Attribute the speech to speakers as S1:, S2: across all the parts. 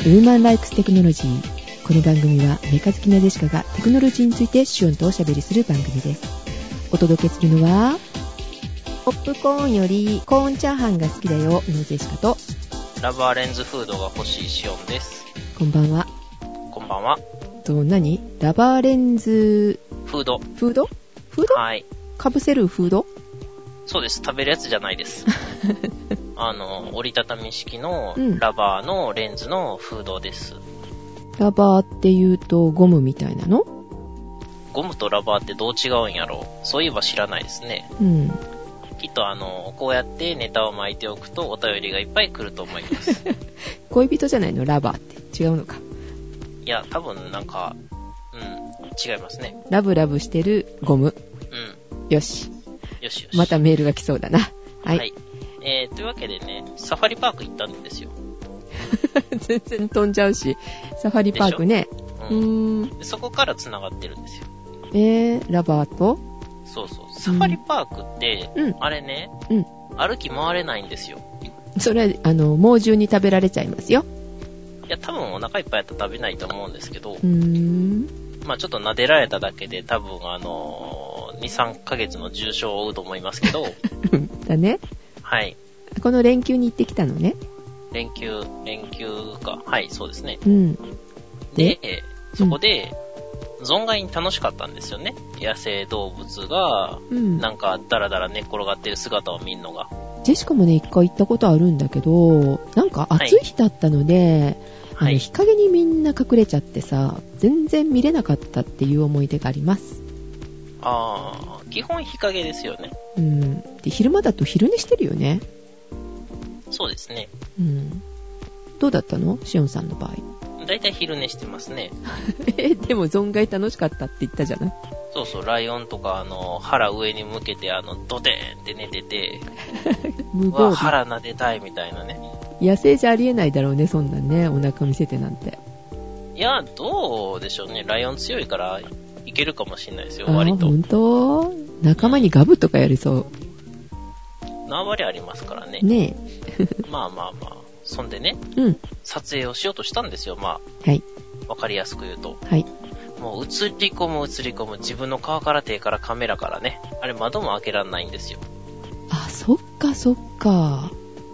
S1: ウーマンライクステクノロジー。この番組はメカ好きなデシカがテクノロジーについてシオンとおしゃべりする番組です。お届けするのは、ポップコーンよりコーンチャーハンが好きだよのデシカと、
S2: ラバーレンズフードが欲しいシオンです。
S1: こんばんは。
S2: こんばんは。
S1: と、何ラバーレンズ
S2: フード。
S1: フードフード
S2: はい。
S1: かぶせるフード
S2: そうです。食べるやつじゃな いです。あの、折りたたみ式の
S1: うん
S2: ラバーのレンズのフードです。
S1: ラバーって言うとゴムみたいなの
S2: ゴムとラバーってどう違うんやろうそういえば知らないですね。
S1: うん。
S2: きっとあの、こうやってネタを巻いておくとお便りがいっぱい来ると思い ます。
S1: 恋人じゃないのラバーって。違うのか。
S2: いや、多分なんか、うん、違いますね。
S1: ラブラブしてるゴム。
S2: うん。
S1: よし。
S2: よしよし。
S1: またメールが来そうだな。は。
S2: はいい。えー、というわけでね、サファリパーク行ったんですよ。
S1: 全然飛んじゃうし。サファリパークね。う
S2: うん。
S1: ーん。
S2: でそこから繋がってるんですよ。
S1: えー、ラバーと
S2: そうそう。サファリパークって、
S1: うん
S2: あれね、
S1: うん
S2: 歩き回れないんですよ。
S1: それは、あの、猛獣に食べられちゃいますよ。
S2: いや、多分お腹いっぱいやったら食べないと思うんですけど、
S1: うーん。
S2: まあちょっと撫でられただけで多分あのー、2、3ヶ月の重傷を負うと思いま すけど、
S1: だね。
S2: はい。
S1: この連休に行ってきたのね。
S2: 連休、連休か。はい、そうですね。
S1: うん。
S2: で、そこで、存外に楽しかったんですよね。野生動物が、
S1: うん。
S2: なんか、ダラダラ寝っ転がってる姿を見るのが。
S1: ジェシカもね、一回行ったことあるんだけど、なんか暑い日だったので、
S2: は
S1: あの
S2: い。
S1: 日陰にみんな隠れちゃってさ、全然見れなかったっていう思い出があります。
S2: あー、基本日陰ですよね。
S1: うん。で、昼間だと昼寝してるよね。
S2: そうですね。
S1: うん。どうだったのシオンさんの場合。
S2: だいたい昼寝してますね。
S1: え、でも存外楽しかったって言ったじゃない
S2: そうそう、ライオンとか、あの、腹上に向けて、あの、ドテーンって寝てて、
S1: 無
S2: うわ、
S1: 防備。
S2: 腹撫でたいみたいなね。
S1: 野生じゃありえないだろうね、そんなんね。お腹見せてなんて。
S2: いや、どうでしょうね。ライオン強いから、いけるかもしれないですよ、
S1: あ
S2: 割
S1: ー、
S2: と
S1: ほ。んと仲間にガブとかやりそ
S2: 縄張りありますからね
S1: う。。ね
S2: まあまあまあ。そんでね、
S1: え。うん。
S2: 撮影をしようとしたんですよ、ま
S1: はい。
S2: あ、わかりやすく言うと。
S1: はい。
S2: もう、映り込む映り込む、自分の顔から手からカメラからね。あれ、窓も開けらんないんですよ。
S1: あ、そっかそっか。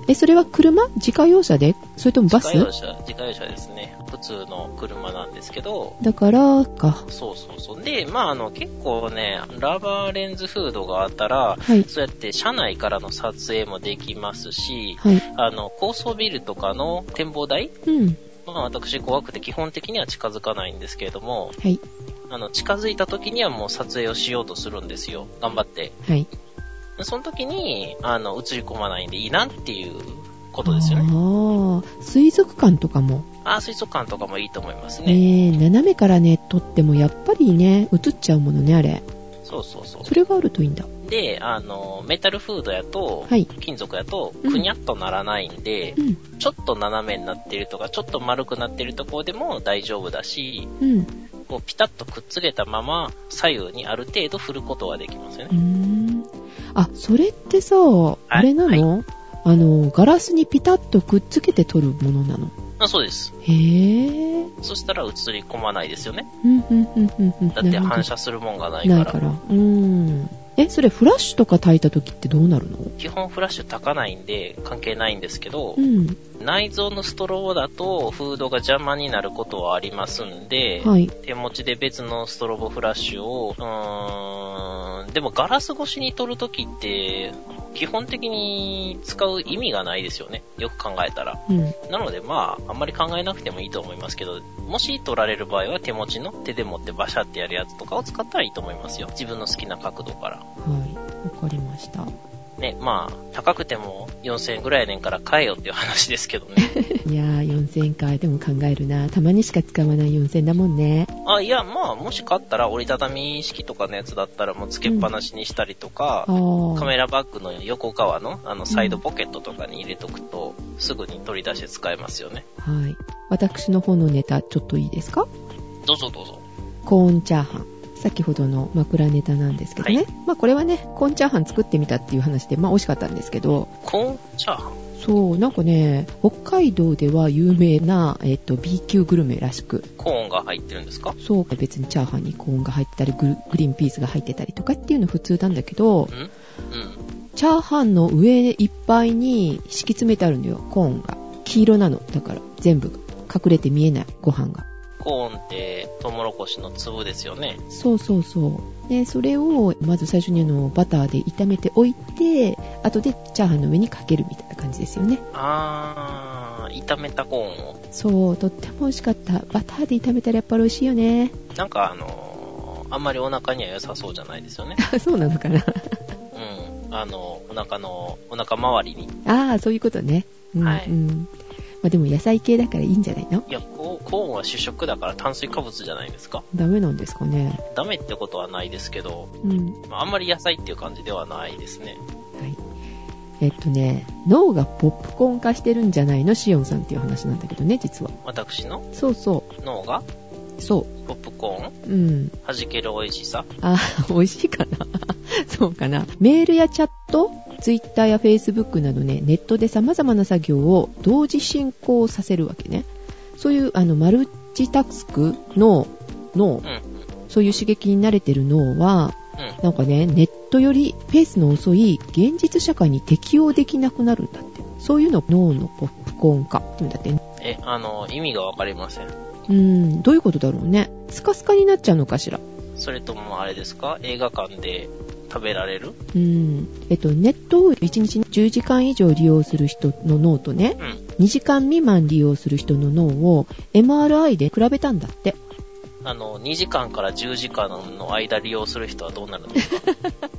S1: え、それは車自家用車でそれともバス
S2: 自家用車、自家用車ですね。普通の車なんですけど、
S1: だから、か。
S2: そうそうそう。で、まあ、あの、結構ね、ラバーレンズフードがあったら、
S1: はい。
S2: そうやって車内からの撮影もできますし、
S1: はい。
S2: あの、高層ビルとかの展望台、
S1: うん。
S2: まあ、私怖くて基本的には近づかないんですけれども、
S1: はい。
S2: あの、近づいた時にはもう撮影をしようとするんですよ。頑張って。
S1: はい。
S2: その時に、あの、映り込まないんでいいなっていうことですよね。
S1: ああ、水族館とかも。
S2: あー、水族館とかもいいと思います
S1: ねえ、
S2: ね。
S1: 斜めからね、撮ってもやっぱりね、映っちゃうものね、あれ。
S2: そうそうそう。
S1: それがあるといいんだ。
S2: で、あの、メタルフードやと、
S1: はい。
S2: 金属やと
S1: うん
S2: くにゃっとならないんで
S1: う、ん。
S2: ちょっと斜めになってるとかちょっと丸くなってるところでも大丈夫だし
S1: うん。う
S2: こうピタッとくっつけたまま左右にある程度振ることができますよ
S1: ー
S2: ね
S1: ん。あ、それってさ、あれなの、
S2: は
S1: あの、ガラスにピタッとくっつけて撮るものなの。
S2: あそうです
S1: へえ。
S2: そしたら映り込まないですよね
S1: うん、うん、うん、うんうん。
S2: だって
S1: なるほど
S2: 反射するもんがない
S1: な
S2: か
S1: いか
S2: ら
S1: ら。うん。え、それフラッシュとか焚いた時ってどうなるの
S2: 基本フラッシュ焚かないんで関係ないんですけど、
S1: うん。
S2: 内臓のストローだとフードが邪魔になることはありますんで、
S1: はい。
S2: 手持ちで別のストロボフラッシュを、うーん、でもガラス越しに撮るときって、基本的に使う意味がないですよね。よく考えたら。
S1: うん。
S2: なのでまあ、あんまり考えなくてもいいと思いますけど、もし撮られる場合は手持ちの手で持ってバシャってやるやつとかを使ったらいいと思いますよ。自分の好きな角度から。
S1: はい。わかりました。
S2: ね、まあ、高くても4000円ぐらいやねんから買えよっていう話ですけどね。
S1: いやー、4000円か。でも考えるな。たまにしか使わない4000円だもんね。
S2: あ、いや、まあ、もし買ったら折りたたみ式とかのやつだったらもうつけっぱなしにしたりとか、
S1: あー。
S2: カメラバッグの横側のあのサイドポケットとかに入れとくと、すぐに取り出して使えますよね。
S1: はい。私の方のネタ、ちょっといいですか
S2: どうぞどうぞ。
S1: コーンチャーハン。先ほどの枕ネタなんですけどね。
S2: はい
S1: まあこれはね、コーンチャーハン作ってみたっていう話で、まあ美味しかったんですけど、
S2: コーンチャーハン
S1: そう、なんかね、北海道では有名な、えっと、B 級グルメらしく、
S2: コーンが入ってるんですか
S1: そう、別にチャーハンにコーンが入ってたり、グルグリーンピースが入ってたりとかっていうの普通なんだけど
S2: う、んうん。
S1: チャーハンの上いっぱいに敷き詰めてあるのよ、コーンが。黄色なの、だから、全部が。隠れて見えない、ご飯が。
S2: コーンって、トウモロコシの粒ですよね。
S1: そうそうそう。で、それを、まず最初にあの、バターで炒めておいて、後でチャーハンの上にかけるみたいな感じですよね。
S2: あー、炒めたコーンを。
S1: そう、とっても美味しかった。バターで炒めたらやっぱり美味しいよね。
S2: なんかあのーあんまりお腹には良さそうじゃないですよね。
S1: あ そうなのかな。
S2: うん。あの、お腹の、お腹周りに。
S1: ああ、そういうことね。うん、
S2: はい
S1: うん。まあでも野菜系だからいいんじゃないの
S2: いや、コーコーンは主食だから炭水化物じゃないですか。
S1: ダメなんですかね。
S2: ダメってことはないですけど、
S1: うん。
S2: まああんまり野菜っていう感じではないですね。
S1: はい。えっとね、脳がポップコーン化してるんじゃないのシオンさんっていう話なんだけどね、実は。
S2: 私の
S1: そうそ
S2: 脳が
S1: う。そ
S2: ポップコーン
S1: う。うん。
S2: 弾ける美味しさ
S1: あ、美味しいかな そうかな。メールやチャット、ツイッターやフェイスブックなどね、ネットで様々な作業を同時進行させるわけね。そういう、あの、マルチタスクの脳
S2: うん、うん、
S1: そういう刺激に慣れてる脳は、
S2: うん。
S1: なんかね、ネットよりペースの遅い現実社会に適応できなくなるんだって。そういうのを脳のポップコーン化っていうんだってね。
S2: え、あの、意味がわかりません。
S1: うーん、どういうことだろうね。スカスカになっちゃうのかしら。
S2: それともあれですか映画館で食べられる
S1: うん。えっと、ネットを1日10時間以上利用する人の脳とね、
S2: うん。
S1: 2時間未満利用する人の脳を MRI で比べたんだって。
S2: あの、2時間から10時間の間利用する人はどうなるの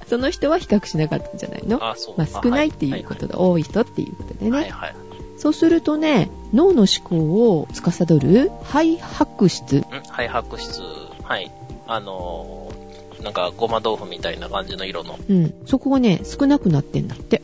S1: その人は比較しなかったんじゃないの
S2: あ、そう。
S1: まあ、少ないっていうことが多い人っていうことでね。
S2: はいはい。はい
S1: そうするとね、脳の思考を司る肺白質。
S2: んはい、白質。はい。あのーなんか、ごま豆腐みたいな感じの色の。ん
S1: うん。そこがね、少なくなってんだって。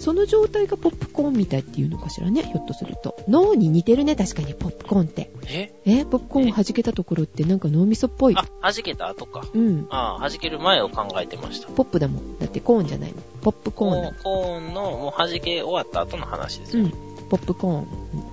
S1: その状態がポップコーンみたいっていうのかしらね、ひょっとすると。脳に似てるね、確かにポップコーンって。
S2: え
S1: え、ポップコーンを弾けたところってなんか脳みそっぽい
S2: あ。、弾けた後か。
S1: うん。
S2: あ弾ける前を考えてました。
S1: ポップだもん。だってコーンじゃないもん。ポップコーンな
S2: コ
S1: の。
S2: コーンの、もう弾け終わった後の話です
S1: う
S2: よ。
S1: ん。ポップコーンのこ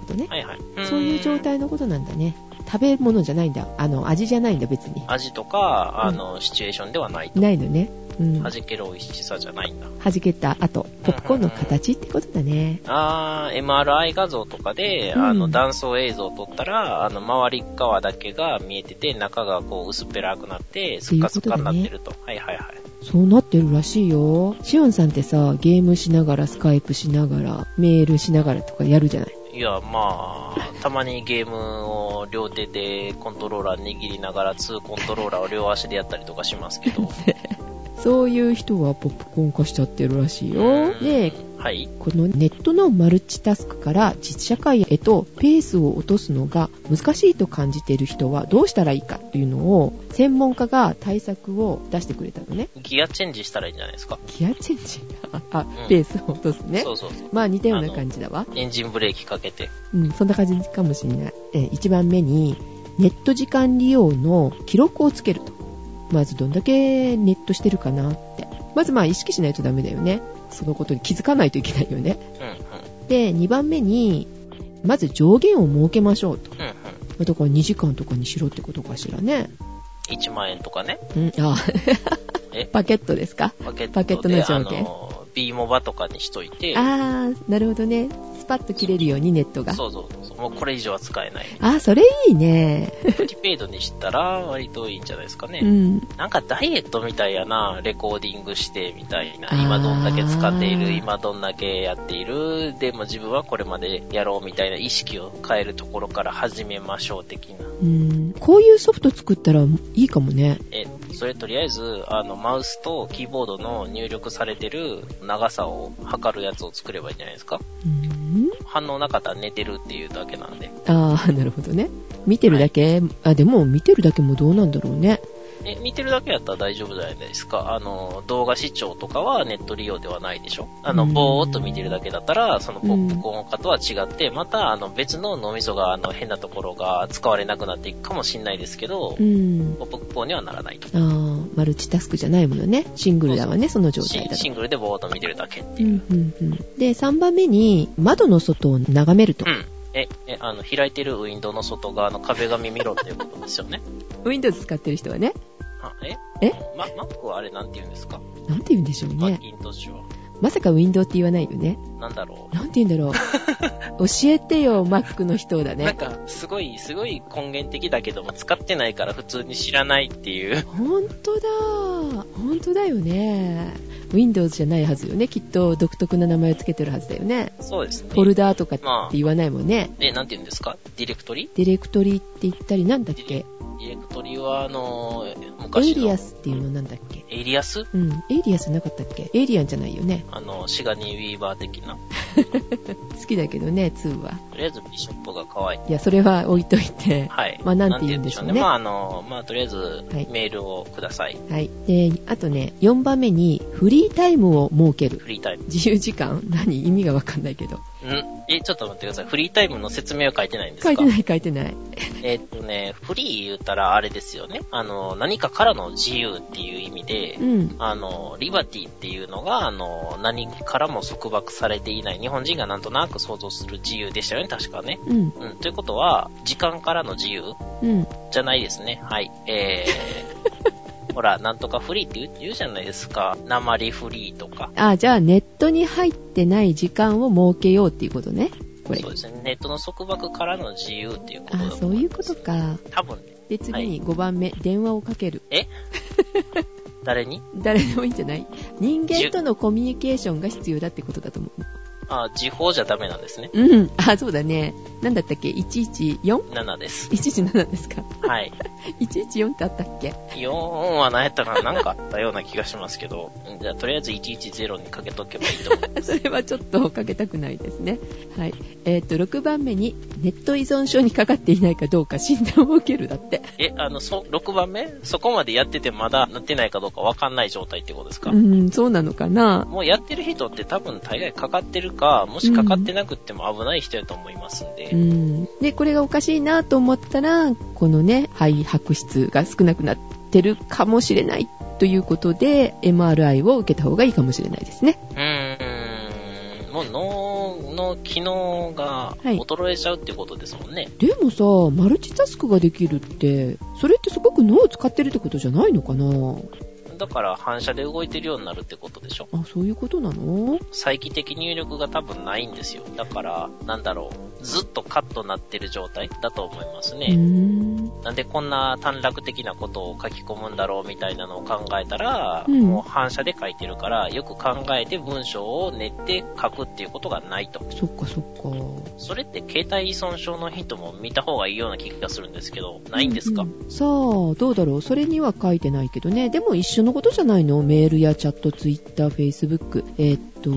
S1: とね。
S2: はいはい。
S1: そういう状態のことなんだね。食べ物じゃないんだ。あの、味じゃないんだ、別に。
S2: 味とか、あの、シチュエーションではないと。
S1: ないのね。うん。
S2: 弾ける美味しさじゃないんだ。
S1: 弾けた後、ポップコーンの形ってことだね。
S2: あー、MRI 画像とかで、
S1: うん
S2: あの、断層映像を撮ったら、あの、周り側だけが見えてて、中がこう、薄っぺらくなって、スッカスカになってると。はいはいはい。
S1: そうなってるらしいよ。シオンさんってさ、ゲームしながら、スカイプしながら、メールしながらとかやるじゃない。
S2: いや、まあ、たまにゲームを両手でコントローラー握りながら、2コントローラーを両足でやったりとかしますけど。
S1: そういう人はポップコーン化しちゃってるらしいよ。で、
S2: はい。
S1: このネットのマルチタスクから実社会へとペースを落とすのが難しいと感じている人はどうしたらいいかっていうのを専門家が対策を出してくれたのね。
S2: ギアチェンジしたらいいんじゃないですか。
S1: ギアチェンジあ
S2: う、ん
S1: ペースを落とすね
S2: そ。うそうそう。
S1: まあ似たような感じだわ。
S2: エンジンブレーキかけて。
S1: うん、そんな感じかもしれない。えー、1番目に、ネット時間利用の記録をつけると。まずどんだけネットしてるかなって。まずまあ意識しないとダメだよね。そのことに気づかないといけないよね。
S2: うん、うん、
S1: で、2番目に、まず上限を設けましょうと。
S2: うん、うん。
S1: だから2時間とかにしろってことかしらね。
S2: 1万円とかね。
S1: うん、あ
S2: え
S1: パケットですか
S2: パケッ
S1: パ
S2: トで。
S1: ケットの条件
S2: あの、B モバとかにしといて。
S1: あー、なるほどね。スパッと切れるようにネットが。
S2: そうそうそう。もうこれ以上は使 えない。
S1: あー、それいいね。
S2: プリペイドにしたら割といいんじゃないですかね。
S1: うん。
S2: なんかダイエットみたいやな、レコーディングしてみたいな。
S1: あー
S2: 今どんだけ使っている、今どんだけやっている、でも自分はこれまでやろうみたいな意識を変えるところから始めましょう的な。
S1: うん。こういうソフト作ったらいいかもね。
S2: え、それとりあえず、あの、マウスとキーボードの入力されてる長さを測るやつを作ればいいんじゃないですか
S1: うん。
S2: 反応なかったら寝てるっていうだけなんで。
S1: ああ、なるほどね。見てるだけ、あ、でも見てるだけもどうなんだろうね。
S2: え、見てるだけやったら大丈夫じゃないですか。あの、動画視聴とかはネット利用ではないでしょ。あの、
S1: うん
S2: ぼーっと見てるだけだったら、そのポップコーン化とは違って、また、あの、別の脳みそが、あの、変なところが使われなくなっていくかもしれないですけど
S1: う、ん。
S2: ポップコーンにはならないと。
S1: ああ、マルチタスクじゃないものね。シングルだわね、その状態
S2: シ
S1: だと
S2: シ。ングルでボーっと見てるだけって
S1: う
S2: い
S1: ん
S2: う。
S1: うんうん、で、3番目に、窓の外を眺めると
S2: う。ん。え、え、あの、開いてるウィンドウの外側の壁紙見ろっていうことですよ ね。
S1: Windows 使ってる人はね、
S2: あえ
S1: え
S2: ママックはあれなんて言うんですか
S1: なんて言うんでしょう
S2: マッ
S1: ね。
S2: キントッシュは。
S1: まさか Windows って言わないよね。
S2: なんだろう。
S1: なんて言うんだろ う。教えてよ、Mac の人だ
S2: なん
S1: ね。
S2: か、すごい、すごい根源的だけども、使ってないから普通に知らないっていう。
S1: ほんとだ。ほんとだよね。Windows じゃないはずよね。きっと独特な名前をつけてるはずだよね。
S2: そうですね。
S1: フォルダーとかって言わないもんね。
S2: え、なんて言うんですかディレクトリ
S1: ディレクトリって言ったりなんだっけ
S2: ディレクトリは、あのー、
S1: エ
S2: 昔
S1: イ
S2: の。
S1: リア。スっていうのなんだっけ
S2: エイリアス
S1: うん。エイリアスなかったっけエイリアンじゃないよね。
S2: あの、シガニー・ウィーバー的な。
S1: 好きだけどね、2は。
S2: とりあえずビショップが可愛い。
S1: いや、それは置いといて。
S2: はい。
S1: まあなんて言うんでしょうね
S2: まあ、あの、まあ、とりあえず
S1: い、
S2: メールをください。
S1: はい。で、あとね、4番目に、フリータイムを設ける
S2: フ。リータイム。
S1: 自由時間何意味がわかんないけど。
S2: んえ、ちょっと待ってください。フリータイムの説明を書いてないんですか
S1: 書いてない書いてない。
S2: えっとね、フリー言ったらあれですよね。あの、何かからの自由っていう意味で
S1: う、ん。
S2: あの、リバティっていうのが、あの、何からも束縛されていない日本人がなんとなく想像する自由でしたよね、確かね。
S1: うん。
S2: うん、ということは、時間からの自由
S1: うん。
S2: じゃないですね。はい。え ー、ほら、なんとかフリーって言う言うじゃないですか。鉛フリーとか。
S1: あ、じゃあネットに入ってない時間を設けようっていうことね。これ
S2: そう。ですね。ネットの束縛からの自由っていうことだ
S1: あ、
S2: と
S1: そう
S2: 思
S1: い
S2: いうま
S1: こ
S2: す
S1: と。か。
S2: 多分ね、
S1: で、次に5番目、電話をかける。
S2: 誰に
S1: 誰でもいいんじゃない人間とのコミュニケーションが必要だってことだと思う。
S2: あ、時報じゃダメなんですね。
S1: うん。あ、そうだね。なんだったっけ ?114?117
S2: 7です。
S1: ですか
S2: はい。
S1: ?114 ってあったっけ
S2: 4は何やったかななんかあったような気がしますけど。うんじゃあ、とりあえず110にかけとけばいいと思う。
S1: それはちょっとかけたくないですね。はい。えっ、と、6番目に、ネット依存症にかかっていないかどうか診断を受けるだって。
S2: え、あの、そ、6番目そこまでやっててまだなってないかどうかわかんない状態ってことですか、
S1: うん、そうなのかな
S2: もうやってる人って多分大概かかってるか、もしかかってなくっても危ない人やと思いますんで。
S1: うん。で、これがおかしいなと思ったら、このね、肺白質が少なくなってるかもしれないということで、MRI を受けた方がいいかもしれないですね。
S2: うーん、もう脳の機能が
S1: はい
S2: 衰えちゃうってことですもんね。
S1: でもさ、マルチタスクができるって、それってすごく脳を使ってるってことじゃないのかな
S2: だから反射で動いてるようになるってことでしょ。
S1: あ、そういうことなの
S2: 再帰的入力が多分ないんですよ。だから、なんだろう。ずっとカットなってる状態だと思います
S1: うー
S2: ね。
S1: ん。
S2: なんでこんな短絡的なことを書き込むんだろうみたいなのを考えたら、
S1: うん
S2: もう反射で書いてるから、よく考えて文章を練って書くっていうことがないと。
S1: そっかそっか。
S2: それって携帯依存症の人も見た方がいいような気がするんですけど、ないんですか、
S1: うんさあどうだろうそれには書いてないけどねでも一緒のことじゃないのメールやチャットツイッターフェイスブックえーっと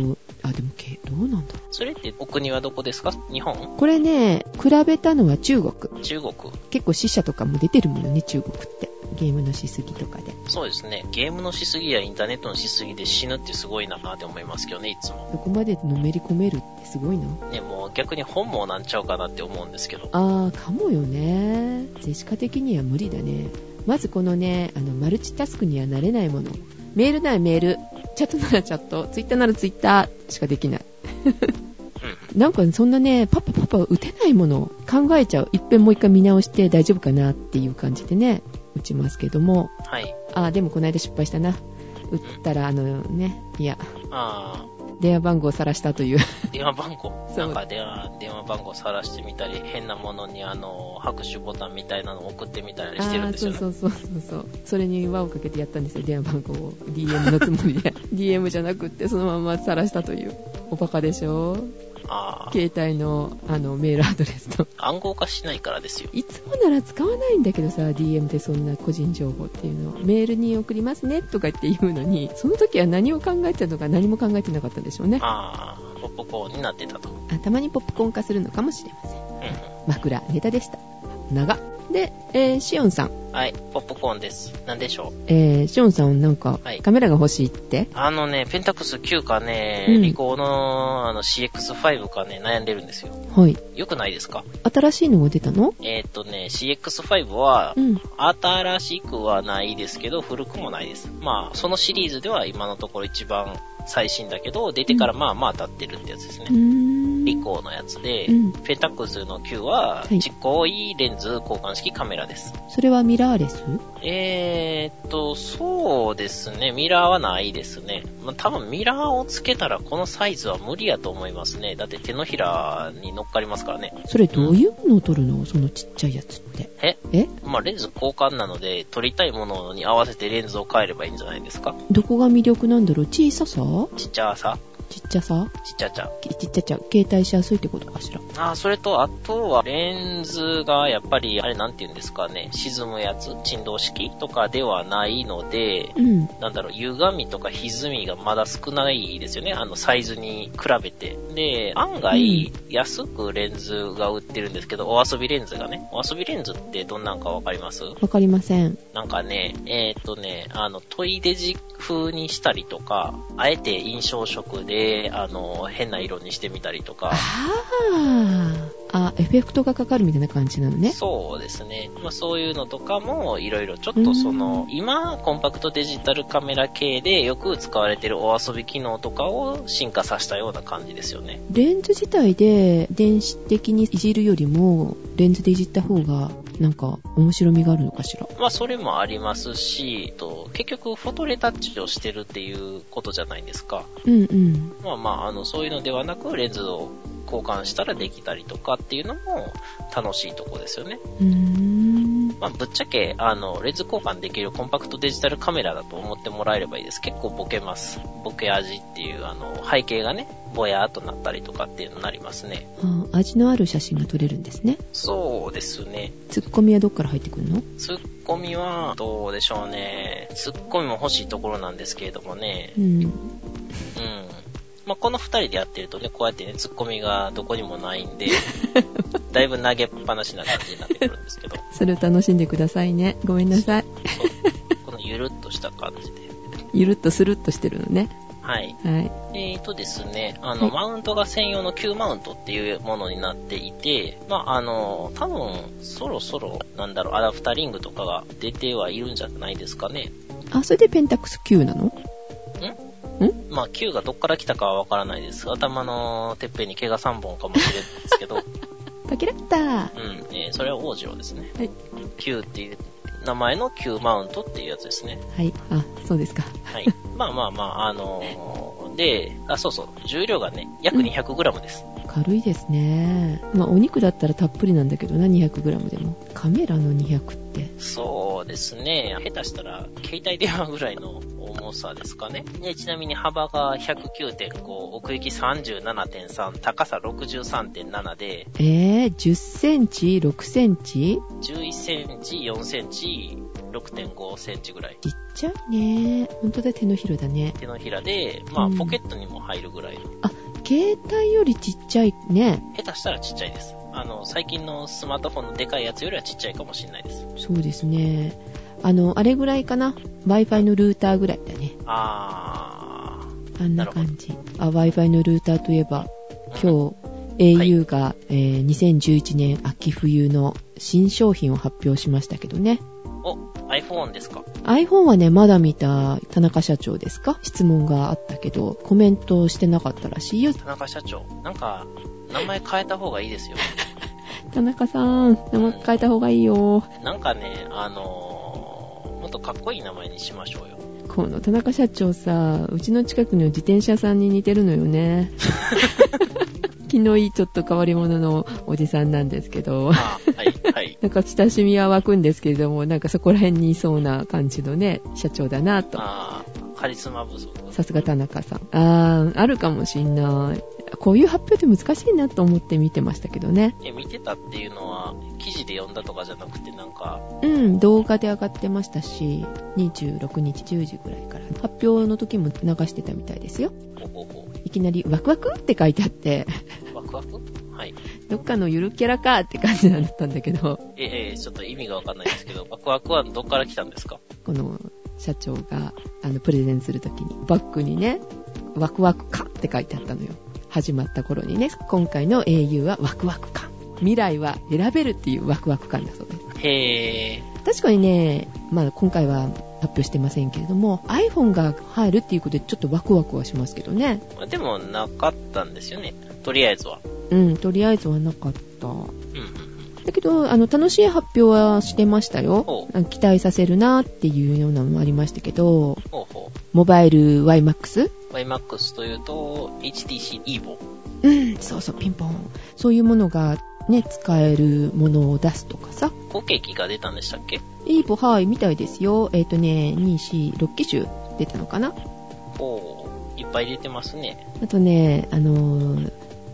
S1: あでもけどうなんだろ
S2: それってお国はどこですか日本
S1: うこれね比べたのは中国
S2: 中国
S1: 結構死者とかも出てるものね中国ってゲームのしすぎとかで
S2: そうですね。ゲームのしすぎやインターネットのしすぎで死ぬってすごいなって思いますけどね、いつも。
S1: そこまでのめり込めるってすごいな
S2: ね、もう逆に本望なんちゃうかなって思うんですけど。
S1: あーかもよねジェシカ的には無理だねまずこのねあのマルチタスクにはなれないものメールならメールチャットならチャットツイッターならツイッターしかできない
S2: うん。
S1: なんかそんなね、パパパパ打てないものを考えちゃう。一遍もう一回見直して大丈夫かなっていう感じでね、打ちますけども。
S2: はい。
S1: あ、でもこの間失敗したな。打ったら、あのね、いや、
S2: あ
S1: 電話番号を晒したという。
S2: ー、電話番号。
S1: そう
S2: なんか電話、電話番号晒してみたり、変なものにあの、拍手ボタンみたいなのを送ってみたり
S1: あ
S2: してるん
S1: ー
S2: です
S1: そ
S2: よ
S1: う
S2: ね。
S1: そうそうそうそう。それに輪をかけてやったんですよ、電話番号を。DM のつも りで。DM じゃなくって、そのまま晒したという。おバカでしょ
S2: あー、
S1: 携帯の、あの、メールアドレスと。
S2: 暗号化しないからですよ。
S1: いつもなら使わないんだけどさ、DM でそんな個人情報っていうのを、メールに送りますねとかって言うのに、その時は何を考えてたのか何も考えてなかったんでしょうね。
S2: あー、ポップコーンになってたと。
S1: あたまにポップコーン化するのかもしれません。
S2: うん。
S1: 枕、ネタでした。長っ。で、えーシオンさん。
S2: はい、ポップコーンです。なんでしょう。
S1: えーシオンさんなんか
S2: はい、
S1: カメラが欲しいって。
S2: あのね、ペンタックス9かね、
S1: うん
S2: リコーのあの CX5 かね、悩んでるんですよ。
S1: はい。
S2: よくないですか
S1: 新しいのが出たの
S2: えーっ、とね、CX5 は
S1: う、ん。
S2: 新しくはないですけど、古くもないです。まあ、そのシリーズでは今のところ一番最新だけど、出てからまあまあ経ってるってやつですね。リ
S1: リ。
S2: コーのやつで、
S1: うん
S2: ペンタックスの9は、
S1: はい
S2: ちっこいレンズ交換式カメラです。
S1: それはミラーレス
S2: えーっと、そうですね。ミラーはないですね。まあ、多分ミラーをつけたらこのサイズは無理やと思いますね。だって手のひらに乗っかりますからね。
S1: それどういうのを撮るのそのちっちゃいやつって。
S2: え
S1: え
S2: まあ、レンズ交換なので、撮りたいものに合わせてレンズを変えればいいんじゃないですか。
S1: どこが魅力なんだろう小ささ
S2: ちっちゃさ、
S1: ちっちゃさ
S2: ちっちゃちゃ。
S1: きちっちゃちゃ、携帯しやすいってことかしら。
S2: あー、それと、あとは、レンズが、やっぱり、あれ、なんて言うんですかね、沈むやつ、振動式とかではないので、
S1: うん。
S2: なんだろう、歪みとか歪みがまだ少ないですよね。あの、サイズに比べて。で、案外、安くレンズが売ってるんですけど、お遊びレンズがね。お遊びレンズってどんなんかわかります
S1: わかりません。
S2: なんかね、えーっとね、あの、トイデジ風にしたりとか、あえて印象色で、あの、変な色にしてみたりとか
S1: あ。あ。あ、エフェクトがかかるみたいな感じなのね。
S2: そうですね。まあそういうのとかもいろいろちょっとその、今、コンパクトデジタルカメラ系でよく使われてるお遊び機能とかを進化させたような感じですよね。
S1: レンズ自体で電子的にいじるよりも、レンズでいじった方が、なんか、面白みがあるのかしら。
S2: まあそれもありますし、と結局フォトレタッチをしてるっていうことじゃないですか。
S1: うんうん。
S2: まあまあ、あの、そういうのではなく、レンズを交換したらできたりとかっていうのも楽しいとこですよね。
S1: うーん。
S2: まあ、ぶっちゃけ、あの、レンズ交換できるコンパクトデジタルカメラだと思ってもらえればいいです。結構ボケます。ボケ味っていう、あの、背景がね、ぼやーっとなったりとかっていうのになりますね。
S1: あ味のある写真が撮れるんですね。
S2: そうですね。
S1: ツッコミはどっから入ってくるの
S2: ツッコミは、どうでしょうね。ツッコミも欲しいところなんですけれどもね。
S1: うん。
S2: うん。まあ、この二人でやってるとね、こうやってね、ツッコミがどこにもないんで、だいぶ投げっぱなしな感じになってくるんですけど、
S1: それを楽しんでくださいね。ごめんなさい。
S2: このゆるっとした感じで。
S1: ゆるっとスルッとしてるのね。
S2: はい。
S1: はい。
S2: で、えっとですね、あの、
S1: はい
S2: マウントが専用の Q マウントっていうものになっていて、まあ、あの、多分、そろそろ、なんだろう、アダプタリングとかが出てはいるんじゃないですかね。
S1: あ、それでペンタックス Q なの
S2: まあ、Q がどっから来たかはわからないです。頭のてっぺんに毛が3本かもしれないですけ ど、
S1: パキラッター
S2: うん、えーそれは王子郎ですね。
S1: はい。
S2: Q っていう名前の Q マウントっていうやつですね。
S1: はい。あ、そうですか。
S2: はい。まあまあまあ、あのーで、あ、そうそう、重量がね、約 200g です。
S1: 軽いですね。まあ、お肉だったらたっぷりなんだけどな、200g でも。カメラの200って。
S2: そうですね。下手したら、携帯電話ぐらいの重さですかね。で、ちなみに幅が109.5、奥行き37.3、高さ63.7で、
S1: えー、10センチ ?6 センチ
S2: 11センチ、4センチ、6.5センチぐらい。
S1: ちっちゃいね。ほんとだ、手のひらだね。
S2: 手のひらで、まあ、
S1: うん
S2: ポケットにも入るぐらいの。
S1: 携帯よりちっちゃいね。
S2: 下手したらちっちゃいです。あの、最近のスマートフォンのでかいやつよりはちっちゃいかもしれないです。
S1: そうですね。あの、あれぐらいかな。Wi-Fi のルーターぐらいだね。
S2: あ
S1: あんな感じ。あ、Wi-Fi のルーターといえば、
S2: ー。日。
S1: 今日、au が、えー2011年秋冬の新商品を発表しましたけどね。
S2: お、iPhone ですか
S1: iPhone はね、まだ見た田中社長ですか質問があったけど、コメントしてなかったらしいよ。
S2: 田中社長。なんか、名前変えた方がいいですよ。
S1: 田中さん、名前変えた方がいいよ。
S2: なんかね、あのー、もっとかっこいい名前にしましょ うよ。
S1: この田中社長さ、うちの近くの自転車さんに似てるのよ ね。気のいいちょっと変わり者のおじさんなんですけど。
S2: あはい、はい。
S1: なんか親しみは湧くんですけれども、なんかそこら辺にいそうな感じのね、社長だなと。
S2: あーカリスマ不足。
S1: さすが田中さん。あー、あるかもしんない。こういう発表って難しいなと思って見てましたけどね。
S2: え、見てたっていうのは、記事で読んだとかじゃなくて、なんか、
S1: うん、動画で上がってましたし、26日10時ぐらいから。発表の時も流してたみたいですよ。
S2: ほうほうほ
S1: いきなりワクワクって書いてあって、
S2: う。ワ告白はい。
S1: どっかのゆるキャラかって感じだったんだけど、
S2: え、え、ちょっと意味がわかんないですけど、 ワクワクはどっから来たんですか
S1: この社長が、あの、プレゼンするときに、バッグにね、ワクワクかって書いてあったのよ。始まった頃にね、今回の au はワクワク感。未来は選べるっていうワクワク感だそうです。
S2: へえ、
S1: 確かにね、まあ今回は発表してませんけれども、iPhone が入るっていうことでちょっとワクワクはしますけどね。
S2: まあでもなかったんですよね。とりあえずは。
S1: うん、とりあえずはなかった。
S2: うんうんうん。
S1: だけど、あの、楽しい発表はしてましたよ
S2: お。
S1: あの期待させるなっていうようなのもありましたけど、
S2: ほうほ
S1: モバイル YMAX?
S2: う。YMAX というと、HTC EVO。
S1: うん、そうそう、ピンポン。そういうものがね、使えるものを出すとかさ。
S2: 後継機が出たんでしたっけ
S1: いいポはい、みたいですよ。えっ、とね、2、4、6機種出たのかな。
S2: おー、いっぱい出てますね。
S1: あとね、あのー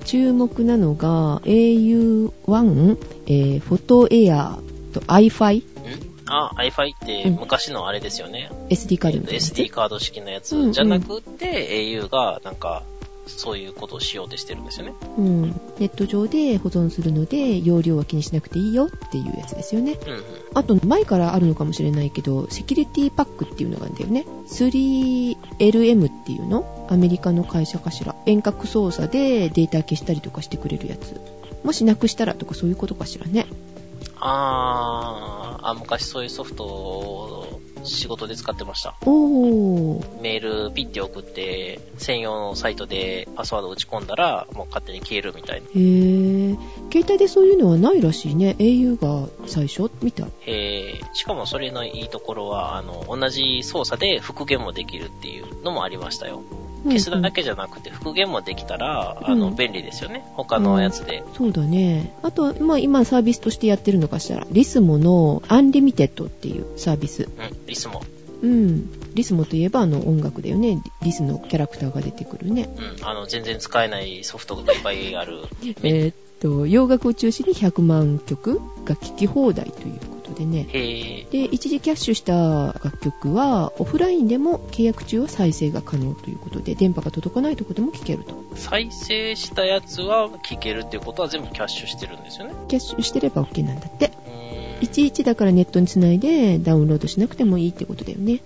S1: 注目なのが au1、えーフォトエアと iFi、
S2: んあ、iFi って
S1: うん
S2: 昔のあれですよね。
S1: SD カードみたいなやつ
S2: SD カード式のや
S1: うんう
S2: つ
S1: ん
S2: じゃなくて、au がなんか、そういうことをしようとしてるんですよね。
S1: うん、ネット上で保存するので容量は気にしなくていいよっていうやつですよね
S2: うんうん。
S1: あと前からあるのかもしれないけどセキュリティパックっていうのがあるんだよね 3LM っていうのアメリカの会社かしら遠隔操作でデータ消したりとかしてくれるやつもしなくしたらとかそういうことかしらね
S2: あー、あ、昔そういうソフトを仕事で使ってました。
S1: おー
S2: メールピッて送って、専用のサイトでパスワード打ち込んだら、もう勝手に消えるみたいな。
S1: へー携帯でそういうのはないらしいね au が最初みたい
S2: えー、しかもそれのいいところは、あの、同じ操作で復元もできるっていうのもありましたよ。消すだけじゃなくて復元もできたら、あ
S1: う
S2: の、
S1: ん
S2: 便利ですよね。他のやつで。
S1: そうだね。あと、まあ、今サービスとしてやってるのかしら。リスモのアンリミテッドっていうサービス。
S2: うん、リスも。
S1: うん。リスモといえばあの音楽だよね。リスのキャラクターが出てくるね。
S2: うん、あの、全然使えないソフトがいっぱいある。
S1: えーっと、洋楽を中心に100万曲が聴き放題ということでね。
S2: へえ、
S1: で、一時キャッシュした楽曲は、オフラインでも契約中は再生が可能ということで、電波が届かないとこでも聴けると。
S2: 再生したやつは聞けるっていうことは全部キャッシュしてるんですよね。
S1: キャッシュしてれば OK なんだって。
S2: うー
S1: いちいちだからネットにつないでダウンロードしなくてもいいってことだよね。
S2: ん。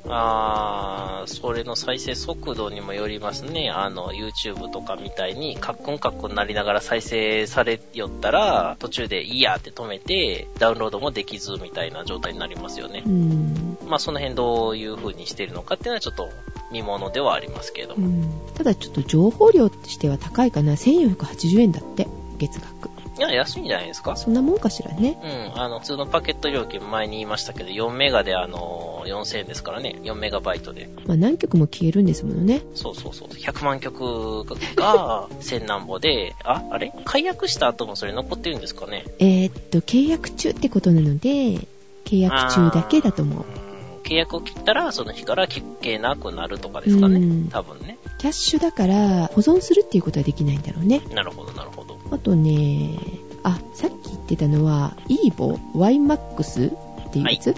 S2: あー、それの再生速度にもよりますね。あの、YouTube とかみたいに、カッコンカッコンなりながら再生されよったら、途中でいいやって止めて、ダウンロードもできずみたいな状態になりますよね
S1: う。ん。
S2: まあ、その辺どういう風にしてるのかっていうのはちょっと見物ではありますけれど
S1: う
S2: も。
S1: んただちょっと情報量としては高いかな1480円だって月額
S2: いや、安いんじゃないですか
S1: そんなもんかしらね
S2: うん、あの、普通のパケット料金前に言いましたけど、4メガであの、4000円ですからね。4メガバイトで。
S1: まあ何曲も消えるんですものね
S2: そうそうそう。100万曲が 1000何歩で、あ、あれ解約した後もそれ残ってるんですかね
S1: えーっと契約中ってことなので契約中だけだと思う
S2: あーん契約を切ったら、その日から聞けなくなるとかですか
S1: うん
S2: ね。多分ね。
S1: キャッシュだから保存するっていうことはできないんだろうね
S2: なるほど、なるほど。
S1: あとねあさっき言ってたのは EVOYMAX っていうやつ、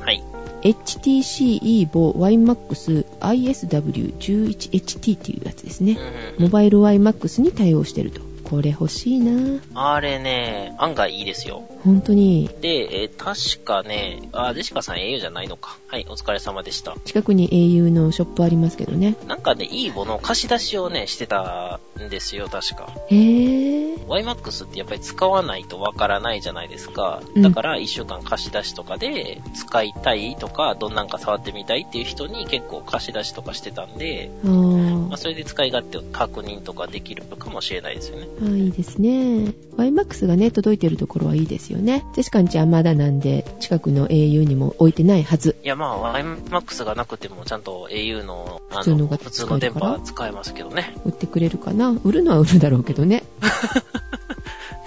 S2: はい。
S1: HTC EVOYMAX ISW11HT っていうやつですね、
S2: うんう
S1: モ
S2: ん
S1: バイル YMAX に対応してると。これ欲しいな
S2: あれね、案外いいですよ。
S1: 本当に。
S2: で、えー確かね、あー、ジェシカさん au じゃないのか。はい、お疲れ様でした。
S1: 近くに au のショップありますけどね。
S2: なんかね、いいものを貸し出しをね、してたんですよ、確か。
S1: へー。
S2: YMAX ってやっぱり使わないとわからないじゃないですか
S1: う。ん
S2: だから、一週間貸し出しとかで、使いたいとか、どんなんか触ってみたいっていう人に結構貸し出しとかしてたんで、
S1: あ
S2: まあ、
S1: ー
S2: それで使い勝手を確認とかできるかもしれないですよね。
S1: あー、いいですね。YMAX がね、届いてるところはいいですよね。ジェシカんちはまだなんで、近くの au にも置いてないはず。
S2: いや、まあ、YMAX がなくても、ちゃんと au の、あ
S1: 普通のが
S2: 普通の電波は使えますけどね。
S1: 売ってくれるかな売るのは売るだろうけどね。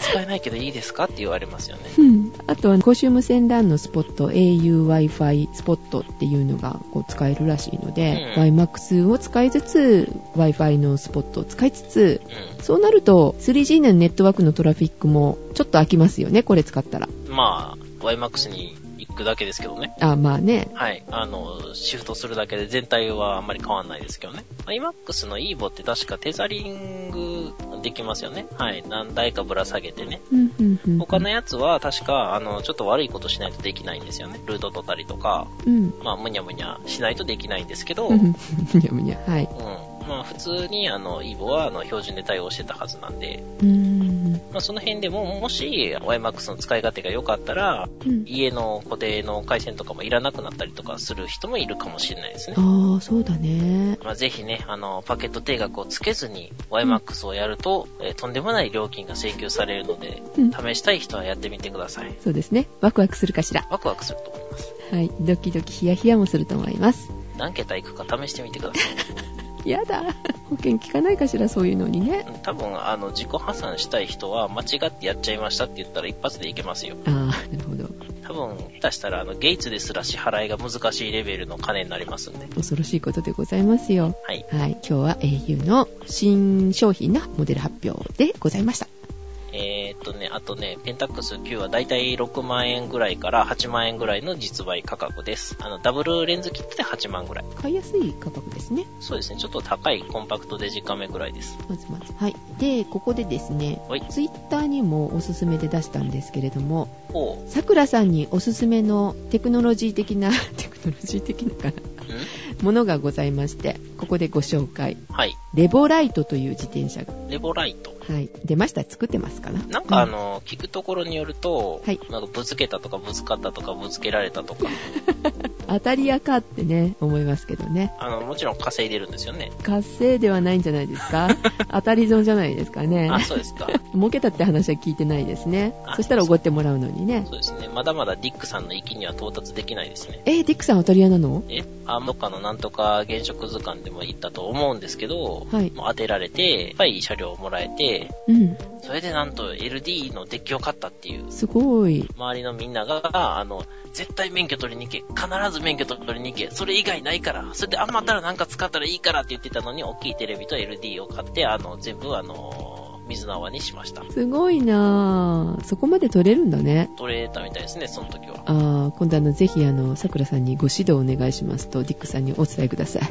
S2: 使えないけどいいですかって言われますよね。
S1: うんあとは、公衆無線 LAN のスポット、auWifi スポットっていうのがこう使えるらしいので、
S2: うん
S1: YMAX を使いつつ、Wi-Fi のスポットを使いつつ、
S2: うん。
S1: そうなると 3G のネットワークのトラフィックもちょっと空きますよねこれ使ったら
S2: まあ、YMAX に行くくだけですけどね。
S1: あ、まあね。
S2: はい。あの、シフトするだけで全体はあんまり変わんないですけどね。iMAX の EVO って確かテザリングできますよね。はい。何台かぶら下げてね。
S1: うんうんうんうん
S2: 他のやつは確か、あの、ちょっと悪いことしないとできないんですよね。ルート取ったりとか、
S1: うん。
S2: まあ、むにゃむにゃしないとできないんですけど、
S1: う
S2: うん。
S1: ん むにゃむにゃ。はい。
S2: まあ、普通に、あの、EVO は、あの、標準で対応してたはずなんで、
S1: うーん。
S2: まあ、その辺でも、もし、YMAX の使い勝手が良かったら、
S1: うん
S2: 家の固定の回線とかもいらなくなったりとかする人もいるかもしれないですね。
S1: ああ、そうだね。
S2: まあ、ぜひね、あの、パケット定額をつけずに YMAX をやると、えーとんでもない料金が請求されるので、
S1: うん
S2: 試したい人はやってみてください。
S1: そうですね。ワクワクするかしら。
S2: ワクワクすると思います。
S1: はい。ドキドキヒヤヒヤもすると思います。
S2: 何桁いくか試してみてください。
S1: やだ。保険効かないかしら、そういうのにね。
S2: うん多分、あの、自己破産したい人は、間違ってやっちゃいましたって言ったら一発でいけますよ。
S1: ああ、なるほど。
S2: 多分、下手したら、あの、ゲイツですら支払いが難しいレベルの金になりますんで。
S1: 恐ろしいことでございますよ。
S2: はい。
S1: はい。今日は au の新商品のモデル発表でございました。
S2: えーっとね、あとね、ペンタックス9はだいたい6万円ぐらいから8万円ぐらいの実売価格です。あの、ダブルレンズキットで8万ぐらい。
S1: 買いやすい価格ですね。
S2: そうですね、ちょっと高いコンパクトデジカメぐらいです。
S1: まずまず。はい。で、ここでですね、
S2: はい。
S1: ツイッターにもおすすめで出したんですけれども、
S2: おうん
S1: さくらさんにおすすめのテクノロジー的な、 テクノロジー的なかなものがございまして、ここでご紹介。
S2: はい。
S1: レボライトという自転車が、
S2: レボライト。
S1: はい、出ました。作ってますかな
S2: なんかあ、の、聞くところによると、
S1: はい
S2: なんかぶつけたとかぶつかったとかぶつけられたとか、
S1: うん当たり屋かってね、思いますけどね。
S2: あの、もちろん稼いでるんですよね。
S1: 活性ではないんじゃないです か当たり損じゃないですかね
S2: あ、。そうですか。
S1: 儲けたって話は聞いてないですね。
S2: あ
S1: そしたらおごってもらうのにね。
S2: そうですね。まだまだディックさんの域には到達できないですね。
S1: えー、ディックさん当たり屋なの
S2: え、あ、どっかのなんとか原色図鑑でも言ったと思うんですけど、
S1: はい
S2: もう当てられて、いっぱい車両をもらえて、
S1: うん。
S2: それでなんと LD のデッキを買ったっていう。
S1: すごい。
S2: 周りのみんなが、あの、絶対免許取りに行け、必ず免許取りに行け、それ以外ないから、それで余ったらなんか使ったらいいからって言ってたのに、大きいテレビと LD を買って、あの、全部、あの、水縄にしました。
S1: すごいなぁ。そこまで取れるんだね。
S2: 取れたみたいですね、その時は。
S1: あー今度あの、ぜひあの、桜さんにご指導お願いしますと、ディックさんにお伝えください。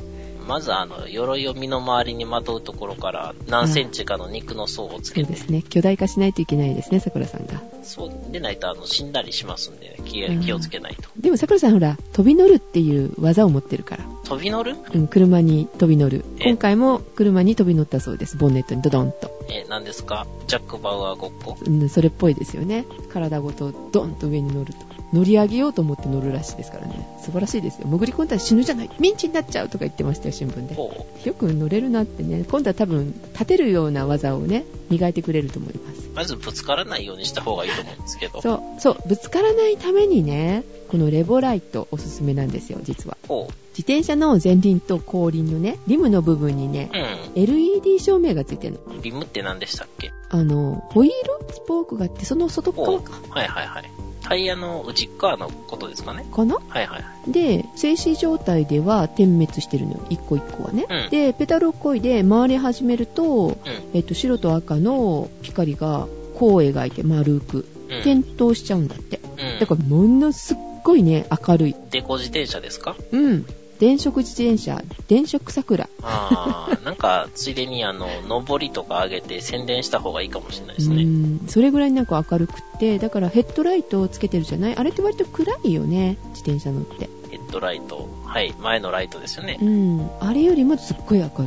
S2: まず、あの、鎧を身の回りにまとうところから、何センチかの肉の層をつ
S1: そ
S2: け
S1: う
S2: て
S1: で、すね。巨大化しないといけないですね、桜さんが。
S2: そうでないと、あの、死んだりしますんで、気
S1: うん
S2: 気をつけないと。
S1: でも桜さんほら、飛び乗るっていう技を持ってるから。
S2: 飛び乗る
S1: うん、車に飛び乗る。
S2: え
S1: 今回も車に飛び乗ったそうです。ボンネットにドドンと。
S2: え、何ですかジャック・バウアーごっこ
S1: うん、それっぽいですよね。体ごとドンと上に乗ると。乗り上げようと思って乗るらしいですからね。素晴らしいですよ。潜り込んだら死ぬじゃない。ミンチになっちゃうとか言ってましたよ、新聞で。
S2: ほ
S1: よく乗れるなってね。今度は多分、立てるような技をね、磨いてくれると思います。
S2: うまずぶつからないようにした方がいいと思うんですけど。
S1: そう、そう、ぶつからないためにね、このレボライトおすすめなんですよ、実は。
S2: ほう。
S1: 自転車の前輪と後輪のね、リムの部分にね、
S2: う
S1: LED 照明がついてるの。
S2: ん。ビムって何でしたっけ
S1: あの、ホイールスポークがあって、その外
S2: ほ
S1: 側
S2: う
S1: か。
S2: はいはいはい。タイヤの内っ側のことですかね。
S1: かな
S2: はいはいはい。
S1: で、静止状態では点滅してるのよ、一個一個はね。
S2: うん
S1: で、ペダルをこいで回り始めると、
S2: う
S1: えっと、白と赤の光が、こう描いて丸く、
S2: うん。
S1: 点灯しちゃうんだって。
S2: うん。
S1: だから、ものすっごいね、明るい。
S2: デコ自転車ですか
S1: うん。電飾自転車、電飾桜。
S2: ああ、 なんか、ついでに、あの、上りとか上げて宣伝した方がいいかもしれないで
S1: う
S2: すね。
S1: ん。それぐらいなんか明るくって、だからヘッドライトをつけてるじゃないあれって割と暗いよね、自転車乗って。
S2: ヘッドライト。はい、前のライトですよね
S1: う。ん。あれよりもすっごい明るく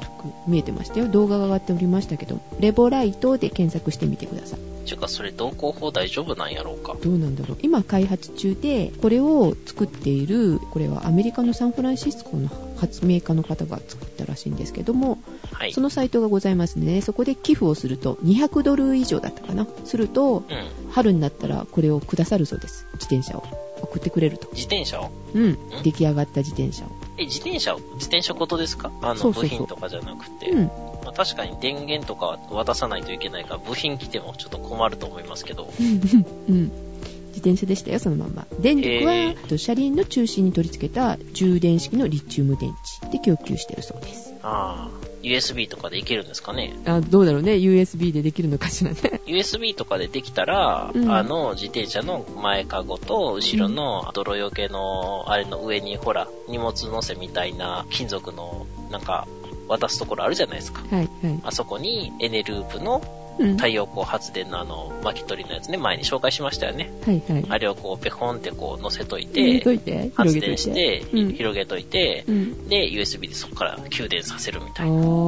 S1: 見えてましたよ。動画が上がっておりましたけど、レボライトで検索してみてください。
S2: ちゅうか、それ同行法大丈夫なんやろうか。
S1: どうなんだろう今開発中で、これを作っている、これはアメリカのサンフランシスコの発明家の方が作ったらしいんですけども、
S2: はい
S1: そ。のサイトがございますね。そこで寄付をすると、200ドル以上だったかな。すると、
S2: うん。
S1: 春になったらこれをくださるそうです自転車を送ってくれると
S2: 自転車を
S1: うん出来上がった自転車を
S2: え、自転車を自転車ごとですかあ
S1: そ
S2: の、
S1: うそうそ
S2: 部
S1: う
S2: 品とかじゃなくて。
S1: うん
S2: まあ、確かに電源とかは渡さないといけないから、部品来てもちょっと困ると思いますけど。
S1: うん自転車でしたよそのまんま電力
S2: へ
S1: は
S2: ー
S1: あと車輪の中心に取り付けた充電式のリチウム電池で供給してるそうです
S2: ああ。 USB とかでいけるんですかね。
S1: あどうだろうね USB でできるのかしらね
S2: USB とかでできたら、
S1: うん
S2: あの自転車の前かごと後ろの泥よけのあれの上にほら荷物乗せみたいな金属のなんか渡すところあるじゃないですか。
S1: はいはい、
S2: あそこにエネループの
S1: うん、
S2: 太
S1: はい
S2: 陽光発電のあの巻き取りのやつね、前に紹介しましたよね。
S1: はい
S2: あれをこうペコンってこう乗せとい
S1: 入れと
S2: て、
S1: いて
S2: 発
S1: 広げとい
S2: 電
S1: て
S2: して
S1: うん
S2: 広げといて、
S1: うん
S2: で USB でそこから給電させるみ
S1: あ
S2: たいな。
S1: ー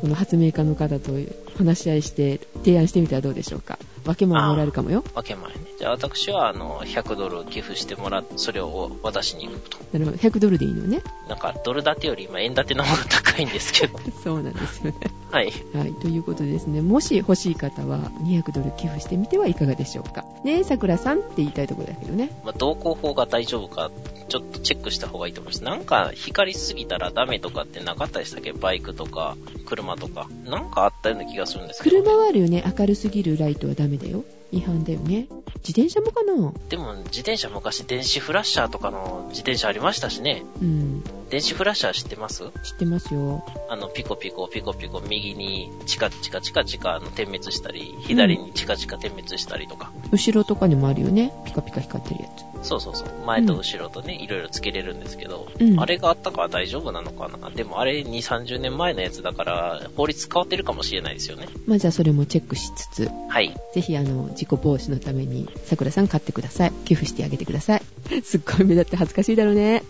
S1: この発明家の方と話し合いして提案してみたらどうでしょうか分け物もらえるかもよ
S2: わけ前ね。じゃあ私はあの100ドル寄付してもらって、それを渡しに行くと。
S1: なるほど100ドルでいいのね
S2: なんかドル建てより今円建ての方が高いんです けど。
S1: そうなんですよね、
S2: はい。
S1: はい、ということでですねもし欲しい方は200ドル寄付してみてはいかがでしょうかねえさくらさんって言いたいところだけどね
S2: まあ、動向法が大丈夫か、ちょっとチェックした方がいいと思います。なんか光りすぎたらダメとかってなかったでしたっけバイクとか、車とか。なんかあったような気がするんですけど、
S1: 車はあるよね明るすぎるライトはダメだよ違反だよね自転車もかな
S2: でも自転車昔電子フラッシャーとかの自転車ありましたしね。
S1: うん
S2: 電子フラッシャー知ってます
S1: 知ってますよ
S2: あの、ピコピコピコピコ右にチカチカチカチカあの点滅したり、左にチカチカ点滅したりとか。
S1: 後ろとかにもあるよねピカピカ光ってるや
S2: そうそうそう。前と後ろとね、いろいろつけれるんですけど、
S1: つ、うん、
S2: あれがあったから大丈夫なのかなでもあれ2、30年前のやつだから、法律変わってるかもしれないですよね。
S1: まあじゃあそれもチェックしつつ
S2: はい。
S1: ぜひあの自己防止のためにさくらさん買ってください寄付してあげてください すっごい目立って恥ずかしいだろう ね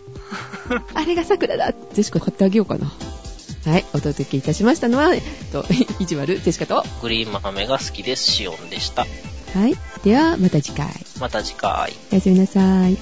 S1: あれがさくらだジェシカ買ってあげようかなはいお届けいたしましたのは、えっと、いじわるジェシカとは
S2: グリーン豆が好きです。シオンでした。
S1: いではまた次回
S2: また次回。
S1: おやすみなさい